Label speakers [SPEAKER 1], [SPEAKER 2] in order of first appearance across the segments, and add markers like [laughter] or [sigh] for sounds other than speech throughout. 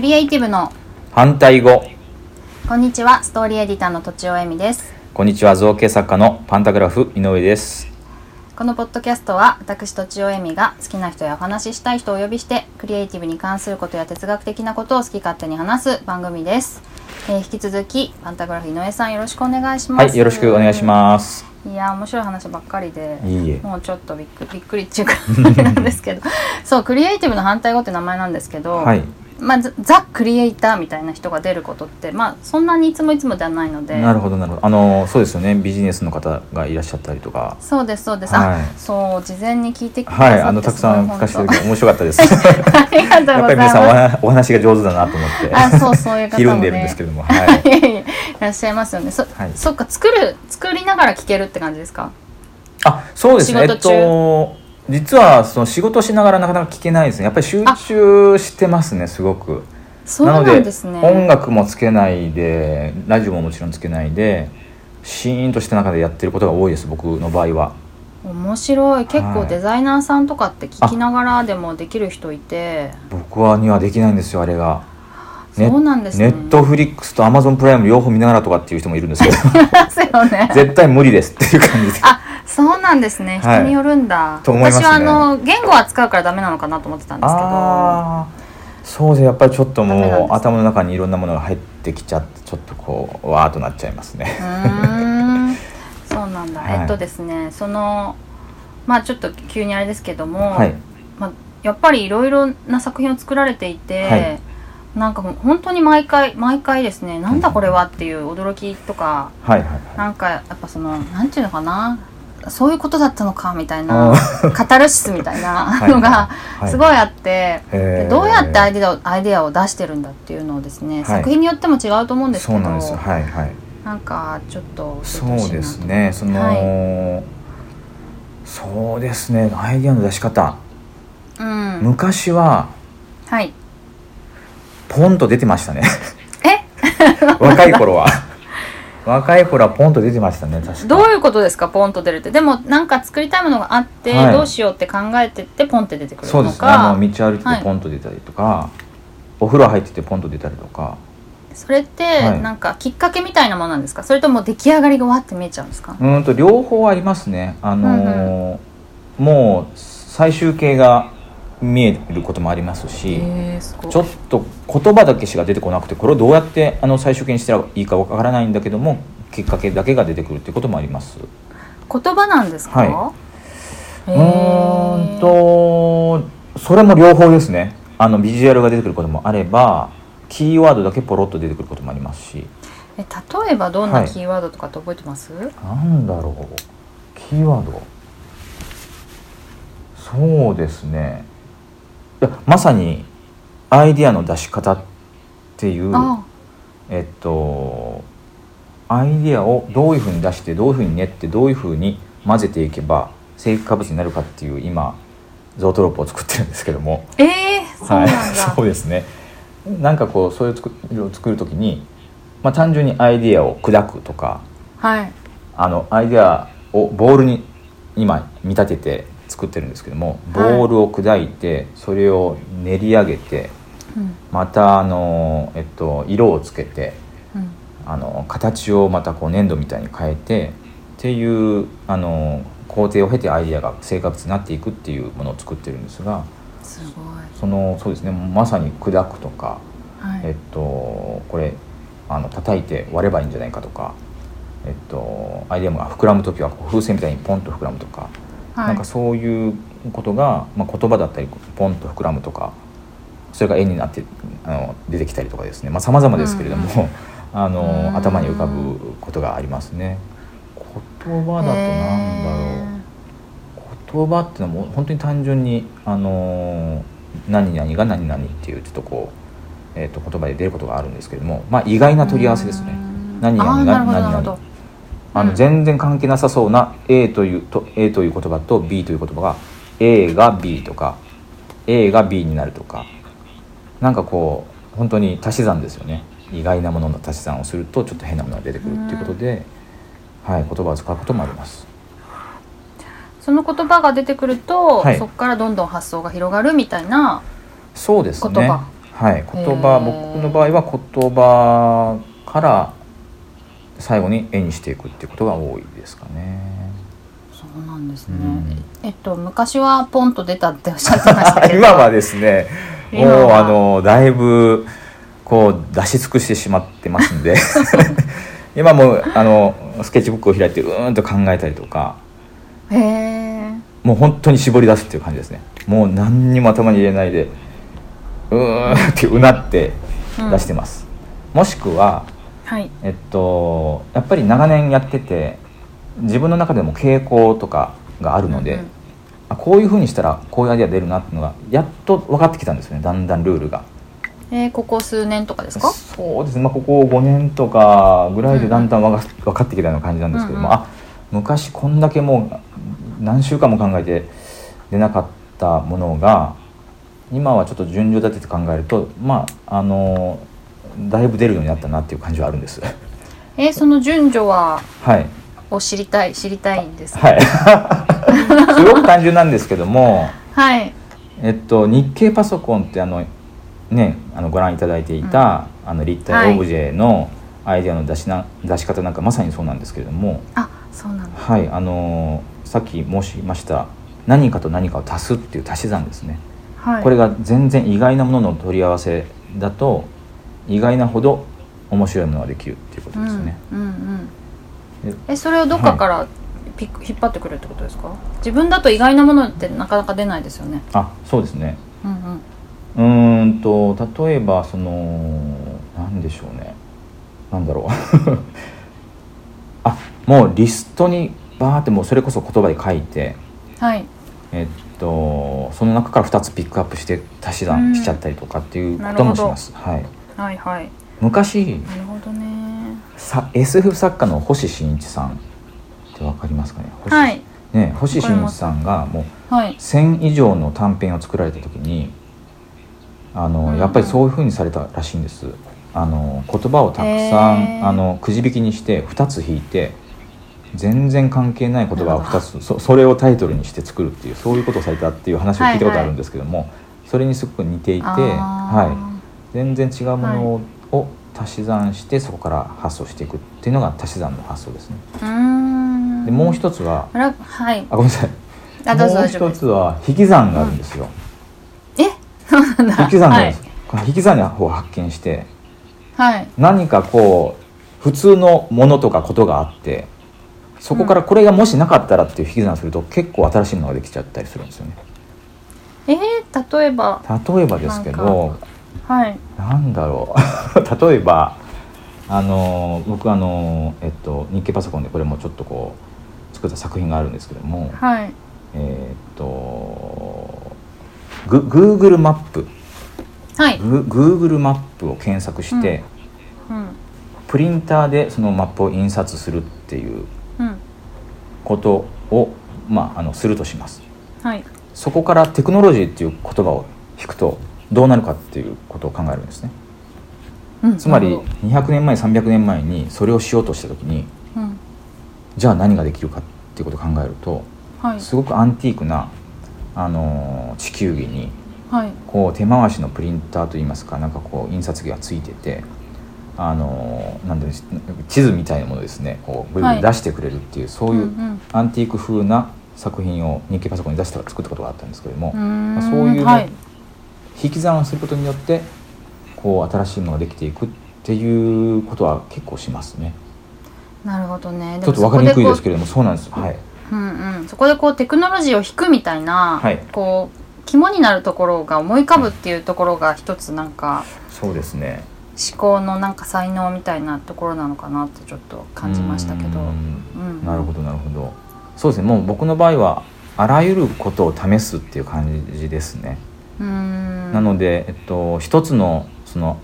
[SPEAKER 1] リエイティブの
[SPEAKER 2] 反対語
[SPEAKER 1] こんにちはストーリーエディターのとちおえみです
[SPEAKER 2] こんにちは造形作家のパンタグラフ井上です
[SPEAKER 1] このポッドキャストは私とちおえみが好きな人やお話ししたい人をお呼びしてクリエイティブに関することや哲学的なことを好き勝手に話す番組です、えー引き続きパンタグラフ井上さんよろしくお願いしま
[SPEAKER 2] は
[SPEAKER 1] す
[SPEAKER 2] いよろしくお願いします
[SPEAKER 1] すいやー面白い話ばっかりで
[SPEAKER 2] いいえ
[SPEAKER 1] もうちょっとびっくびっくり [laughs] って
[SPEAKER 2] [laughs]
[SPEAKER 1] いうかあれなんですけどそうクリエイティブの反対語って名前なんですけど、
[SPEAKER 2] はい
[SPEAKER 1] まあ、ザザ・クリエイターみたいな人が出ることって、まあ、そんなにいつもいつもではないので
[SPEAKER 2] なるほどなるほどあのそうですよねビジネスの方がいらっしゃったりとか
[SPEAKER 1] そうですそうです、
[SPEAKER 2] はい
[SPEAKER 1] あそう事前に聞いてくださっ
[SPEAKER 2] は
[SPEAKER 1] て
[SPEAKER 2] いあのたくさん聞かせていただ
[SPEAKER 1] す
[SPEAKER 2] いて面白かっ
[SPEAKER 1] [laughs]
[SPEAKER 2] たです
[SPEAKER 1] ごい本当ありが
[SPEAKER 2] や
[SPEAKER 1] と
[SPEAKER 2] っ
[SPEAKER 1] うご
[SPEAKER 2] ぱ
[SPEAKER 1] ざい
[SPEAKER 2] り皆さんお
[SPEAKER 1] ます
[SPEAKER 2] 話お話が上手だなと思って
[SPEAKER 1] あそうそういう方もね
[SPEAKER 2] ひるんでるんですけどもはい
[SPEAKER 1] いやいやいらっしゃいますよねそ,、
[SPEAKER 2] はい
[SPEAKER 1] そっか作る作りながら聞けるって感じですか
[SPEAKER 2] あそうですね
[SPEAKER 1] 仕
[SPEAKER 2] え
[SPEAKER 1] 事
[SPEAKER 2] っ
[SPEAKER 1] 中
[SPEAKER 2] と実はその仕事しながらなかなか聞けないですねやっぱり集中してますねすごく
[SPEAKER 1] そう
[SPEAKER 2] なの
[SPEAKER 1] なん
[SPEAKER 2] で
[SPEAKER 1] ですね
[SPEAKER 2] 音楽もつけないでラジオももちろんつけないでシーンとした中でやってることが多いです僕の場合は
[SPEAKER 1] 面白い結構
[SPEAKER 2] はい
[SPEAKER 1] デザイナーさんとかって聞きながらでもできる人い
[SPEAKER 2] [laughs]
[SPEAKER 1] て、
[SPEAKER 2] 僕はにはできないんですよあれがね
[SPEAKER 1] そうなんですね
[SPEAKER 2] ネットフリックスとアマゾンプライム両方見ながらとかっていう人もいるんですけ
[SPEAKER 1] [laughs]
[SPEAKER 2] ど
[SPEAKER 1] ですよね
[SPEAKER 2] 絶対無理ですっていう感じです
[SPEAKER 1] あそうなんですね
[SPEAKER 2] はい
[SPEAKER 1] 人によるんだ、
[SPEAKER 2] と思いますね
[SPEAKER 1] 私はあの言語は使うからダメなのかなと思ってたんですけど
[SPEAKER 2] あーそうですやっぱりちょっと
[SPEAKER 1] ダメなんですね
[SPEAKER 2] もう頭の中にいろんなものが入ってきちゃってちょっとこうわーっとなっちゃいますね
[SPEAKER 1] うーんそうなんだ、
[SPEAKER 2] はい
[SPEAKER 1] えっとですねそのまあちょっと急にあれですけども、
[SPEAKER 2] はい
[SPEAKER 1] まあ、やっぱりいろいろな作品を作られていて、
[SPEAKER 2] はい
[SPEAKER 1] なんかもう本当に毎回毎回ですねなんだこれはっていう驚きとか
[SPEAKER 2] はいはいはい
[SPEAKER 1] なんかやっぱそのなんていうのかなそういうことだったのかみたい
[SPEAKER 2] あ
[SPEAKER 1] なカタルシスみたいなのが
[SPEAKER 2] は
[SPEAKER 1] すごいあって、
[SPEAKER 2] へ
[SPEAKER 1] で
[SPEAKER 2] ー
[SPEAKER 1] どうやってアイデアをアイデアを出してるんだっていうのをですね、
[SPEAKER 2] い
[SPEAKER 1] 作品によっても違うと思うんですけ
[SPEAKER 2] そう
[SPEAKER 1] ど
[SPEAKER 2] なんですよはいはい
[SPEAKER 1] なんかちょっと教えてほ
[SPEAKER 2] そ
[SPEAKER 1] し
[SPEAKER 2] う
[SPEAKER 1] いなと
[SPEAKER 2] ですねその、
[SPEAKER 1] はい
[SPEAKER 2] そうですねアイディアの出し方
[SPEAKER 1] うん
[SPEAKER 2] 昔は
[SPEAKER 1] はい
[SPEAKER 2] ポンと出てましたね [laughs]
[SPEAKER 1] え
[SPEAKER 2] 若い頃
[SPEAKER 1] [laughs]
[SPEAKER 2] は若い頃はポンと出てましたね確かに
[SPEAKER 1] どういうことですかポンと出るってでもなんか作りたいものがあって、
[SPEAKER 2] はい
[SPEAKER 1] どうしようって考えてってポンって出てくる
[SPEAKER 2] そうで
[SPEAKER 1] の
[SPEAKER 2] すねあ
[SPEAKER 1] か
[SPEAKER 2] の
[SPEAKER 1] そ,、
[SPEAKER 2] 道歩いててポンと出たりとか、お風呂入っててポンと出たりとか
[SPEAKER 1] れって、
[SPEAKER 2] はい
[SPEAKER 1] なんかきっかけみたいなものなんですかそれとも出来上がりがわって見えちゃうんですか
[SPEAKER 2] うーんと両方ありますねあのーもう最終形が見えることもありますし、
[SPEAKER 1] えー、すごい
[SPEAKER 2] ちょっと言葉だけしか出てこなくてこれをどうやってあの最終形にしたらいいかわからないんだけどもきっかけだけが出てくるっていうこともあります。
[SPEAKER 1] 言葉なんですか、
[SPEAKER 2] は
[SPEAKER 1] え
[SPEAKER 2] う
[SPEAKER 1] ー
[SPEAKER 2] ーんとそれも両方ですねあのビジュアルが出てくることもあればキーワードだけポロッと出てくることもありますし
[SPEAKER 1] え例えばどんな
[SPEAKER 2] はい
[SPEAKER 1] キーワードとかって覚えてます、
[SPEAKER 2] なんだろうキーワードそうですねいやまさにアイディアの出し方っていう
[SPEAKER 1] あ
[SPEAKER 2] えっとアイディアをどういうふうに出してどういうふうに練ってどういうふうに混ぜていけば成育化物になるかっていう今ゾウトロップを作ってるんですけども、
[SPEAKER 1] ええー、そうなんだ、
[SPEAKER 2] はい、 [laughs] そうですねなんかこうそういう作りを作る時に、まあ、単純にアイディアを砕くとか
[SPEAKER 1] はい
[SPEAKER 2] あのアイディアをボールに今見立てて作ってるんですけどもボールを砕いてそれを練り上げて
[SPEAKER 1] うん
[SPEAKER 2] またあの、えっと、色をつけて
[SPEAKER 1] うん
[SPEAKER 2] あの形をまたこう粘土みたいに変えてっていうあの工程を経てアイデアが成果物になっていくっていうものを作ってるんですが
[SPEAKER 1] すごい、
[SPEAKER 2] そのそうですねまさに砕くとか、
[SPEAKER 1] はい
[SPEAKER 2] えっと、これあの叩いて割ればいいんじゃないかとか、えっと、アイデアが膨らむ時はこう風船みたいにポンと膨らむとか、
[SPEAKER 1] はい、
[SPEAKER 2] なんかそういうことが、まあ、言葉だったりポンと膨らむとかそれが絵になってあの出てきたりとかですねさまざ、まですけれども、 [laughs] あ
[SPEAKER 1] うん
[SPEAKER 2] の頭に浮かぶことがありますね。言葉だとなんだろう、言葉ってのはもう本当に単純にあの何々が何々っていうちょっとこう、えっと言葉で出ることがあるんですけれども、まあ、意外な取り合わせですね。何々が
[SPEAKER 1] 何々
[SPEAKER 2] 何々
[SPEAKER 1] うん
[SPEAKER 2] あの全然関係なさそうな A というと A という言葉と B という言葉が A が B とか A が B になるとかなんかこう本当に足し算ですよね意外なものの足し算をするとちょっと変なものが出てくるっていうことで、はい、言葉を使うこともあります。
[SPEAKER 1] その言葉が出てくると、
[SPEAKER 2] はい
[SPEAKER 1] そこからどんどん発想が広がるみたいな
[SPEAKER 2] そうですね
[SPEAKER 1] 言葉
[SPEAKER 2] はい、言
[SPEAKER 1] へ
[SPEAKER 2] 葉
[SPEAKER 1] ー
[SPEAKER 2] 僕の場合は言葉から最後に絵にしていくっていうことが多いですかね。
[SPEAKER 1] そうなんです
[SPEAKER 2] う
[SPEAKER 1] ね、
[SPEAKER 2] ん
[SPEAKER 1] えっと昔はポンと出たっておっしゃってましたけど
[SPEAKER 2] [laughs] 今はですねも
[SPEAKER 1] 今
[SPEAKER 2] う
[SPEAKER 1] は
[SPEAKER 2] あのだいぶこう出し尽くしてしまってま
[SPEAKER 1] [laughs]
[SPEAKER 2] すんで今もうあのスケッチブックを開いてうーんと考えたりとか
[SPEAKER 1] へえ
[SPEAKER 2] もう本当に絞り出すっていう感じですねもう何にも頭に入れないでうーんってうなって出してます、もしくは
[SPEAKER 1] はい
[SPEAKER 2] えっとやっぱり長年やってて自分の中でも傾向とかがあるので、
[SPEAKER 1] うんうん
[SPEAKER 2] あこういうふうにしたらこういうアイデア出るなっていうのがやっと分かってきたんですよねだんだんルールが。
[SPEAKER 1] えーここ数年とかですか
[SPEAKER 2] そうですね、まあ、ここ5年とかぐらいでだんだん分か分かってきたような感じなんですけども、
[SPEAKER 1] うんうん
[SPEAKER 2] あ昔こんだけもう何週間も考えて出なかったものが今はちょっと順序立てて考えるとまああのだいぶ出るようになったなっていう感じはあるんです。
[SPEAKER 1] えーその順序は
[SPEAKER 2] はい
[SPEAKER 1] を知りたい知りたいんです
[SPEAKER 2] はい [laughs] すごく単純なんですけども、
[SPEAKER 1] はい
[SPEAKER 2] えっと、日経パソコンってあの、ね、あのご覧いただいていた、あの立体オブジェのアイデアの出しな、出し方なんかまさにそうなんですけれども、
[SPEAKER 1] あそうなんだ
[SPEAKER 2] はいあのーさっき申しました何かと何かを足すっていう足し算ですね、
[SPEAKER 1] はい
[SPEAKER 2] これが全然意外なものの取り合わせだと意外なほど面白いものができるっていうことですね。
[SPEAKER 1] うんうんうん
[SPEAKER 2] で
[SPEAKER 1] えそれをどっかからピック、引っ張ってくるってことですか自分だと意外なものってなかなか出ないですよね
[SPEAKER 2] あそうですね
[SPEAKER 1] うんうん
[SPEAKER 2] うーんと例えばその何でしょうね何だろう [laughs] あもうリストにバーってもうそれこそ言葉で書いて
[SPEAKER 1] はい
[SPEAKER 2] えっとその中から2つピックアップして足し
[SPEAKER 1] う
[SPEAKER 2] 算
[SPEAKER 1] ん
[SPEAKER 2] しちゃったりとかっていうこ
[SPEAKER 1] なる
[SPEAKER 2] と
[SPEAKER 1] ほ
[SPEAKER 2] も
[SPEAKER 1] ど
[SPEAKER 2] します、はい、
[SPEAKER 1] はいはい
[SPEAKER 2] 昔
[SPEAKER 1] なるほどね
[SPEAKER 2] さ SF 作家の星新一さんってわかりますかね星,、
[SPEAKER 1] はい
[SPEAKER 2] ね、星新一さんがもう
[SPEAKER 1] はい
[SPEAKER 2] 1,000以上の短編を作られた時にあの、
[SPEAKER 1] うん
[SPEAKER 2] やっぱりそういうふうにされたらしいんですあの言葉をたくさん、
[SPEAKER 1] へー
[SPEAKER 2] あのくじ引きにして2つ引いて全然関係ない言葉を2つそそれをタイトルにして作るっていうそういうことをされたっていう話を聞いたことあるんですけども、それにすごく似ていて、は
[SPEAKER 1] あ
[SPEAKER 2] い、全然違うものを,、足し算してそこから発想していくっていうのが足し算の発想ですね。
[SPEAKER 1] ーうーん
[SPEAKER 2] でもう一つは
[SPEAKER 1] あらはい
[SPEAKER 2] あごめんなさい
[SPEAKER 1] あどうぞ
[SPEAKER 2] もう
[SPEAKER 1] 大丈夫
[SPEAKER 2] 一
[SPEAKER 1] です
[SPEAKER 2] つは引き算があるんですよ。
[SPEAKER 1] え [laughs] そうなんだ
[SPEAKER 2] 引き算が
[SPEAKER 1] は
[SPEAKER 2] あるん
[SPEAKER 1] い
[SPEAKER 2] です、この引き算の方を発見して
[SPEAKER 1] はい
[SPEAKER 2] 何かこう普通のものとかことがあってそこからこれがもしなかったらっていう引き算をすると結構新しいものができちゃったりするんですよね。
[SPEAKER 1] えー、例えば
[SPEAKER 2] 例えばですけど
[SPEAKER 1] はい
[SPEAKER 2] なんだろう [laughs] 例えばあの僕あの、えっと、日経パソコンでこれもちょっとこう作った作品があるんですけども、
[SPEAKER 1] はい
[SPEAKER 2] えーっとグ Google マップ
[SPEAKER 1] はい、
[SPEAKER 2] グ Google マップを検索して、
[SPEAKER 1] うんうん
[SPEAKER 2] プリンターでそのマップを印刷するっていう
[SPEAKER 1] うん、
[SPEAKER 2] ことを、まあ、あのするとします
[SPEAKER 1] はい
[SPEAKER 2] そこからテクノロジーっていう言葉を引くとどうなるかっていうことを考えるんですね
[SPEAKER 1] うん
[SPEAKER 2] つまり
[SPEAKER 1] なるほど
[SPEAKER 2] 200年前300年前にそれをしようとした時に
[SPEAKER 1] うん
[SPEAKER 2] じゃあ何ができるかっていうことを考えると
[SPEAKER 1] はい
[SPEAKER 2] すごくアンティークな、あのー地球儀に
[SPEAKER 1] はい
[SPEAKER 2] こう手回しのプリンターといいますかなんかこう印刷機がついててあのなんで地図みたいなものですねこうぐるぐ
[SPEAKER 1] はい
[SPEAKER 2] る出してくれるっていう、そうい
[SPEAKER 1] ん
[SPEAKER 2] う
[SPEAKER 1] うん
[SPEAKER 2] アンティーク風な作品を日経パソコンに出した作ったことがあったんですけれども、
[SPEAKER 1] ま
[SPEAKER 2] そういうの
[SPEAKER 1] はい、
[SPEAKER 2] 引き算をすることによってこう新しいものができていくっていうことは結構しますね。
[SPEAKER 1] なるほどね。
[SPEAKER 2] ちょっとわかりにくいです
[SPEAKER 1] ど。
[SPEAKER 2] けれどもそうなんです。はい、
[SPEAKER 1] うんうん。そこでこうテクノロジーを引くみたいな、
[SPEAKER 2] はい
[SPEAKER 1] こう肝になるところが思い浮かぶっていうところが一つなんか
[SPEAKER 2] そうですね。
[SPEAKER 1] 思考のなんか才能みたいなところなのかなってちょっと感じましたけど。
[SPEAKER 2] う
[SPEAKER 1] うんん
[SPEAKER 2] なるほどなるほどそうですねもう僕の場合はあらゆることを試すっていう感じですね、
[SPEAKER 1] うーん。
[SPEAKER 2] なので、えっと、一つのその、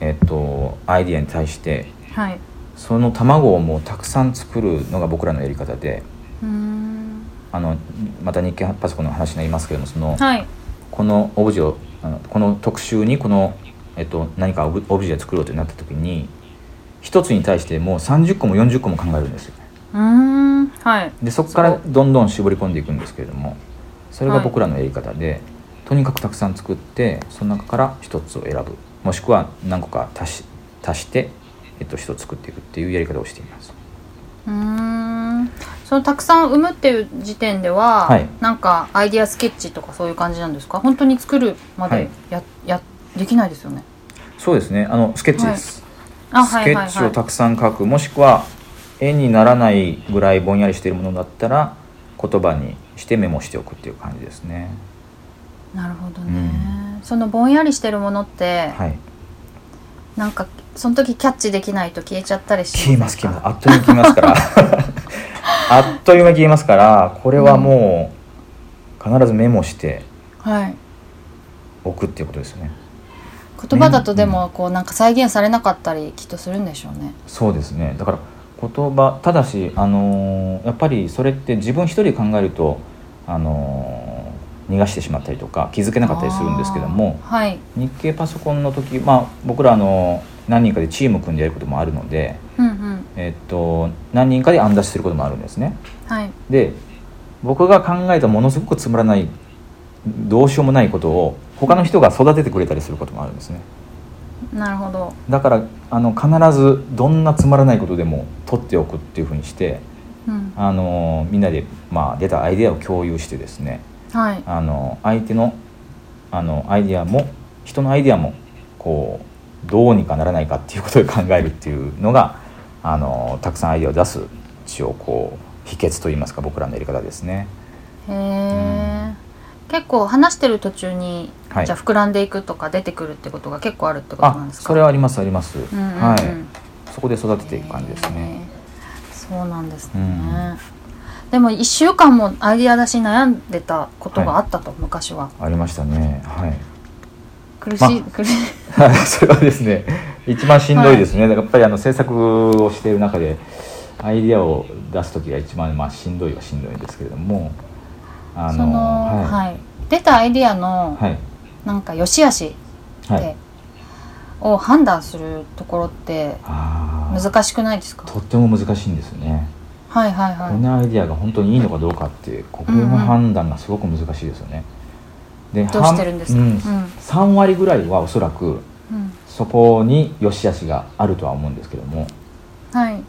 [SPEAKER 2] えっと、アイディアに対して
[SPEAKER 1] はい。う
[SPEAKER 2] その卵をもうたくさん作るのが僕らのやり方で
[SPEAKER 1] ーん。
[SPEAKER 2] あのまた日経パソコンの話になりますけれどもその、
[SPEAKER 1] はい。
[SPEAKER 2] このオブジェをあのこの特集にこの、えっと、何かオブオブジェを作ろうとなった時に一つに対してもう30個も40個も考えるんですよ。
[SPEAKER 1] うーん。はい。
[SPEAKER 2] でそこからどんどん絞り込んでいくんですけれどもそれが
[SPEAKER 1] はい
[SPEAKER 2] 僕らのやり方で、とにかくたくさん作ってその中から一つを選ぶもしくは何個か足し足して、えっと、一つ作っていくっていうやり方をしています。
[SPEAKER 1] うーんそのたくさん生むっていう時点では、
[SPEAKER 2] はい
[SPEAKER 1] なんかアイディアスケッチとかそういう感じなんですか本当に作るま
[SPEAKER 2] は
[SPEAKER 1] で
[SPEAKER 2] い
[SPEAKER 1] や,、やできないですよね
[SPEAKER 2] そうですねあのスケッチです、
[SPEAKER 1] あ
[SPEAKER 2] スケッチをたくさん描くもしくは絵にならないぐらいぼんやりしているものだったら言葉にしてメモしておくっていう感じですね。
[SPEAKER 1] なるほどね、そのぼんやりしてるものって、
[SPEAKER 2] はい、
[SPEAKER 1] なんかその時キャッチできないと消えちゃったりし
[SPEAKER 2] 消えます消えます
[SPEAKER 1] か
[SPEAKER 2] あっという間に消えますから [laughs] あっという間に消えますからこれはもう必ずメモして
[SPEAKER 1] はい
[SPEAKER 2] おくっていうことですよね。
[SPEAKER 1] 言葉だとでもこうなんか再現されなかったりきっとするんでしょうね
[SPEAKER 2] そうですねだから言葉ただし、あのーやっぱりそれって自分一人考えると、あのー逃がしてしまったりとか気づけなかったりするんですけども
[SPEAKER 1] あーはい、
[SPEAKER 2] 日経パソコンの時、まあ、僕らあの何人かでチーム組んでやることもあるので、
[SPEAKER 1] うんうん、
[SPEAKER 2] えっと、何人かで案出しすることもあるんですね。
[SPEAKER 1] はい
[SPEAKER 2] で僕が考えたものすごくつまらないどうしようもないことを他の人が育ててくれたりすることもあるんですね。
[SPEAKER 1] なるほど
[SPEAKER 2] だからあの必ずどんなつまらないことでも取っておくっていうふうにして
[SPEAKER 1] うん
[SPEAKER 2] あのみんなで、まあ、出たアイデアを共有してですね
[SPEAKER 1] はい
[SPEAKER 2] あの相手のあのアイデアも人のアイデアもこうどうにかならないかっていうことを考えるっていうのがあのたくさんアイデアを出す一応こう秘訣といいますか僕らのやり方ですね。
[SPEAKER 1] へえ、結構話してる途中に、
[SPEAKER 2] はい
[SPEAKER 1] じゃあ膨らんでいくとか出てくるってことが結構あるってことな
[SPEAKER 2] あ
[SPEAKER 1] んですか
[SPEAKER 2] それはありますあります、
[SPEAKER 1] うんうんうん
[SPEAKER 2] はいそこで育てていく感じですね、
[SPEAKER 1] へーそうなんですね、
[SPEAKER 2] うん
[SPEAKER 1] でも1週間もアイディア出し悩んでたことがあったと、昔は
[SPEAKER 2] ありましたねはい
[SPEAKER 1] 苦しい、
[SPEAKER 2] ま
[SPEAKER 1] 苦しい
[SPEAKER 2] [laughs] それはですね一番しんどいですね、だからやっぱりあの制作をしている中でアイディアを出す時が一番、まあ、しんどいはしんどいんですけれどもあ
[SPEAKER 1] その、
[SPEAKER 2] は
[SPEAKER 1] はい出たアイディアの、
[SPEAKER 2] いはい
[SPEAKER 1] なんか良し悪しで、
[SPEAKER 2] はい、
[SPEAKER 1] を判断するところって
[SPEAKER 2] あー
[SPEAKER 1] 難しくないですか
[SPEAKER 2] とっても難しいんですよね、
[SPEAKER 1] はいはいはい、
[SPEAKER 2] こんなアイディアが本当にいいのかどうかってここの判断がすごく難しいですよね、で
[SPEAKER 1] どうしてるんですか、
[SPEAKER 2] は
[SPEAKER 1] うんん
[SPEAKER 2] うん、3割ぐらいはおそらく
[SPEAKER 1] うん
[SPEAKER 2] そこに良し悪しがあるとは思うんですけども
[SPEAKER 1] はい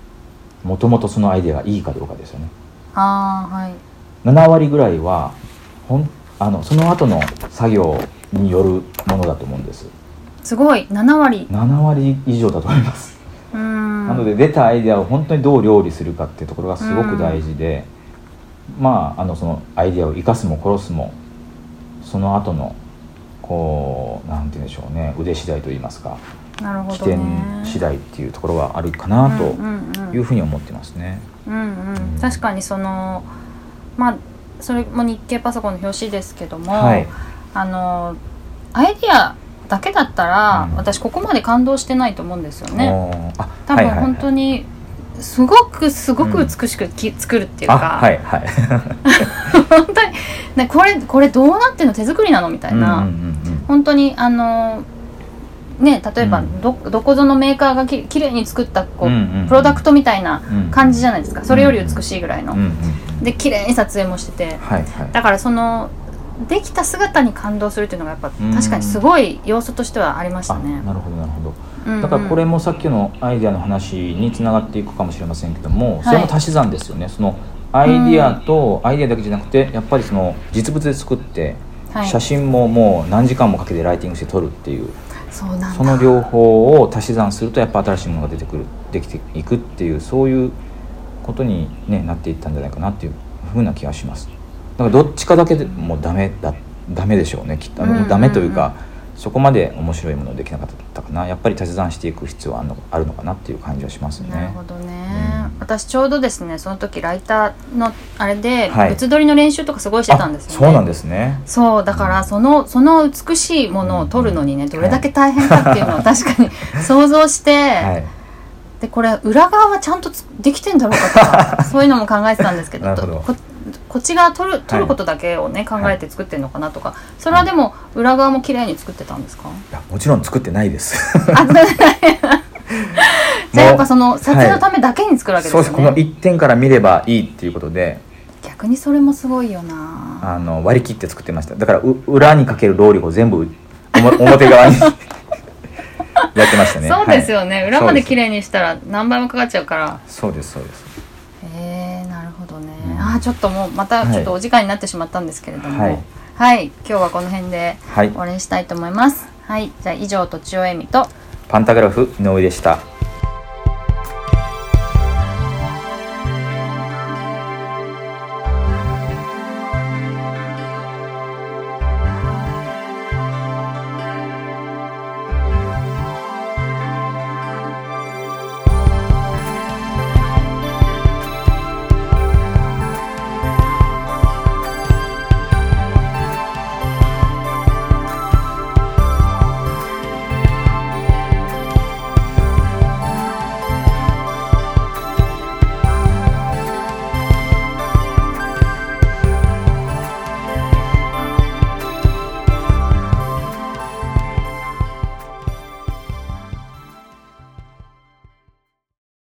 [SPEAKER 2] もともとそのアイデアがいいかどうかですよね
[SPEAKER 1] ああはい
[SPEAKER 2] 7割ぐらいはほんあのその後の作業によるものだと思うんです
[SPEAKER 1] すごい7割
[SPEAKER 2] 7割以上だと思います、
[SPEAKER 1] うーん
[SPEAKER 2] なので出たアイデアを本当にどう料理するかっていうところがすごく大事で、まああのそのアイデアを生かすも殺すもその後のこうなんて言うんでしょうね腕次第といいますか
[SPEAKER 1] なるほ
[SPEAKER 2] 起
[SPEAKER 1] どね
[SPEAKER 2] 点次第っていうところはあるかなと
[SPEAKER 1] うんうんうん
[SPEAKER 2] いうふうに思ってますね。
[SPEAKER 1] うんうん
[SPEAKER 2] うん
[SPEAKER 1] 確かにそのまあそれも日経パソコンの表紙ですけども、
[SPEAKER 2] はい、
[SPEAKER 1] あのアイディアだけだったら、
[SPEAKER 2] うん
[SPEAKER 1] 私ここまで感動してないと思うんですよね
[SPEAKER 2] おーあ
[SPEAKER 1] 多
[SPEAKER 2] はい
[SPEAKER 1] 分
[SPEAKER 2] はいはい
[SPEAKER 1] 本当にすごくすごく美しくき、作るっていう
[SPEAKER 2] あ
[SPEAKER 1] か、
[SPEAKER 2] はいはい
[SPEAKER 1] [laughs] 本当に、ね、これこれどうなってんの手作りなのみたいな、
[SPEAKER 2] うんうんうん
[SPEAKER 1] 本当にあのね例えば
[SPEAKER 2] うん
[SPEAKER 1] ど,、どこぞのメーカーがききれいに作ったこう、
[SPEAKER 2] うんうん
[SPEAKER 1] プロダクトみたいな
[SPEAKER 2] うん
[SPEAKER 1] 感じじゃないですかそれより美しいぐらいの、
[SPEAKER 2] うんうん
[SPEAKER 1] で綺麗に撮影もしてて
[SPEAKER 2] はいはい
[SPEAKER 1] だからそのできた姿に感動するっていうのがやっぱ
[SPEAKER 2] うん
[SPEAKER 1] 確かにすごい要素としてはありました
[SPEAKER 2] あ
[SPEAKER 1] ね。
[SPEAKER 2] なるほどなるほど
[SPEAKER 1] うんうん
[SPEAKER 2] だからこれもさっきのアイデアの話につながっていくかもしれませんけども、それも足し算ですよねそのアイデアとアイデアだけじゃなくてやっぱりその実物で作って、
[SPEAKER 1] はい
[SPEAKER 2] 写真ももう何時間もかけてライティングして撮るっていう
[SPEAKER 1] そうなんだ
[SPEAKER 2] その両方を足し算するとやっぱ新しいものが出てくるできていくっていうそういうことに、ね、なっていったんじゃないかなっていうふうな気がします。だからどっちかだけでもダメだダメでしょうねきっとあの、
[SPEAKER 1] うんうんうん
[SPEAKER 2] ダメというかそこまで面白いものできなかったかなやっぱり足し算していく必要はあるのあるのかなっていう感じはしますね。
[SPEAKER 1] なるほどね、
[SPEAKER 2] うん
[SPEAKER 1] 私ちょうどですねその時ライターのあれで
[SPEAKER 2] はい
[SPEAKER 1] 物撮りの練習とかすごいしてたんですよ、ね
[SPEAKER 2] あそうなんですね。
[SPEAKER 1] そうだからそのその美しいものを撮るのにねどれだけ大変かっていうのを確かに [laughs] 想像して、
[SPEAKER 2] はい、
[SPEAKER 1] でこれ裏側はちゃんとつできてんだろうかと
[SPEAKER 2] [laughs]
[SPEAKER 1] かそういうのも考えてたんですけど
[SPEAKER 2] なるほど
[SPEAKER 1] ここっち側撮る撮ることだけをね、考えて作ってるのかなとかそれはでも裏側も綺麗に作ってたんです
[SPEAKER 2] [laughs]
[SPEAKER 1] か、
[SPEAKER 2] いやもちろん作ってないです。
[SPEAKER 1] あそう [laughs] じゃあやっぱそ
[SPEAKER 2] の
[SPEAKER 1] の撮影のためだけに作るわけです
[SPEAKER 2] [laughs] そ
[SPEAKER 1] よ
[SPEAKER 2] うで
[SPEAKER 1] ね、
[SPEAKER 2] すこの一点から見ればいいっていうことで
[SPEAKER 1] 逆逆にそれもすごいよな
[SPEAKER 2] あの割り切って作ってましただからう裏にかける労力を全部おも表側
[SPEAKER 1] [laughs]
[SPEAKER 2] にやってましたね
[SPEAKER 1] そうですよね、
[SPEAKER 2] はい
[SPEAKER 1] 裏まで綺
[SPEAKER 2] そう
[SPEAKER 1] 麗にしたら何倍もかかっちゃうから
[SPEAKER 2] すそうですそうです
[SPEAKER 1] えー、なるほどね、
[SPEAKER 2] うん
[SPEAKER 1] あーちょっともうまた
[SPEAKER 2] はい
[SPEAKER 1] ちょっとお時間になってしまったんですけれどもは
[SPEAKER 2] はいい、
[SPEAKER 1] 今日はこの辺で
[SPEAKER 2] はい
[SPEAKER 1] 終わりにしたいと思いますはいじゃあ以上とちおえみと
[SPEAKER 2] パンタグラフ井上でした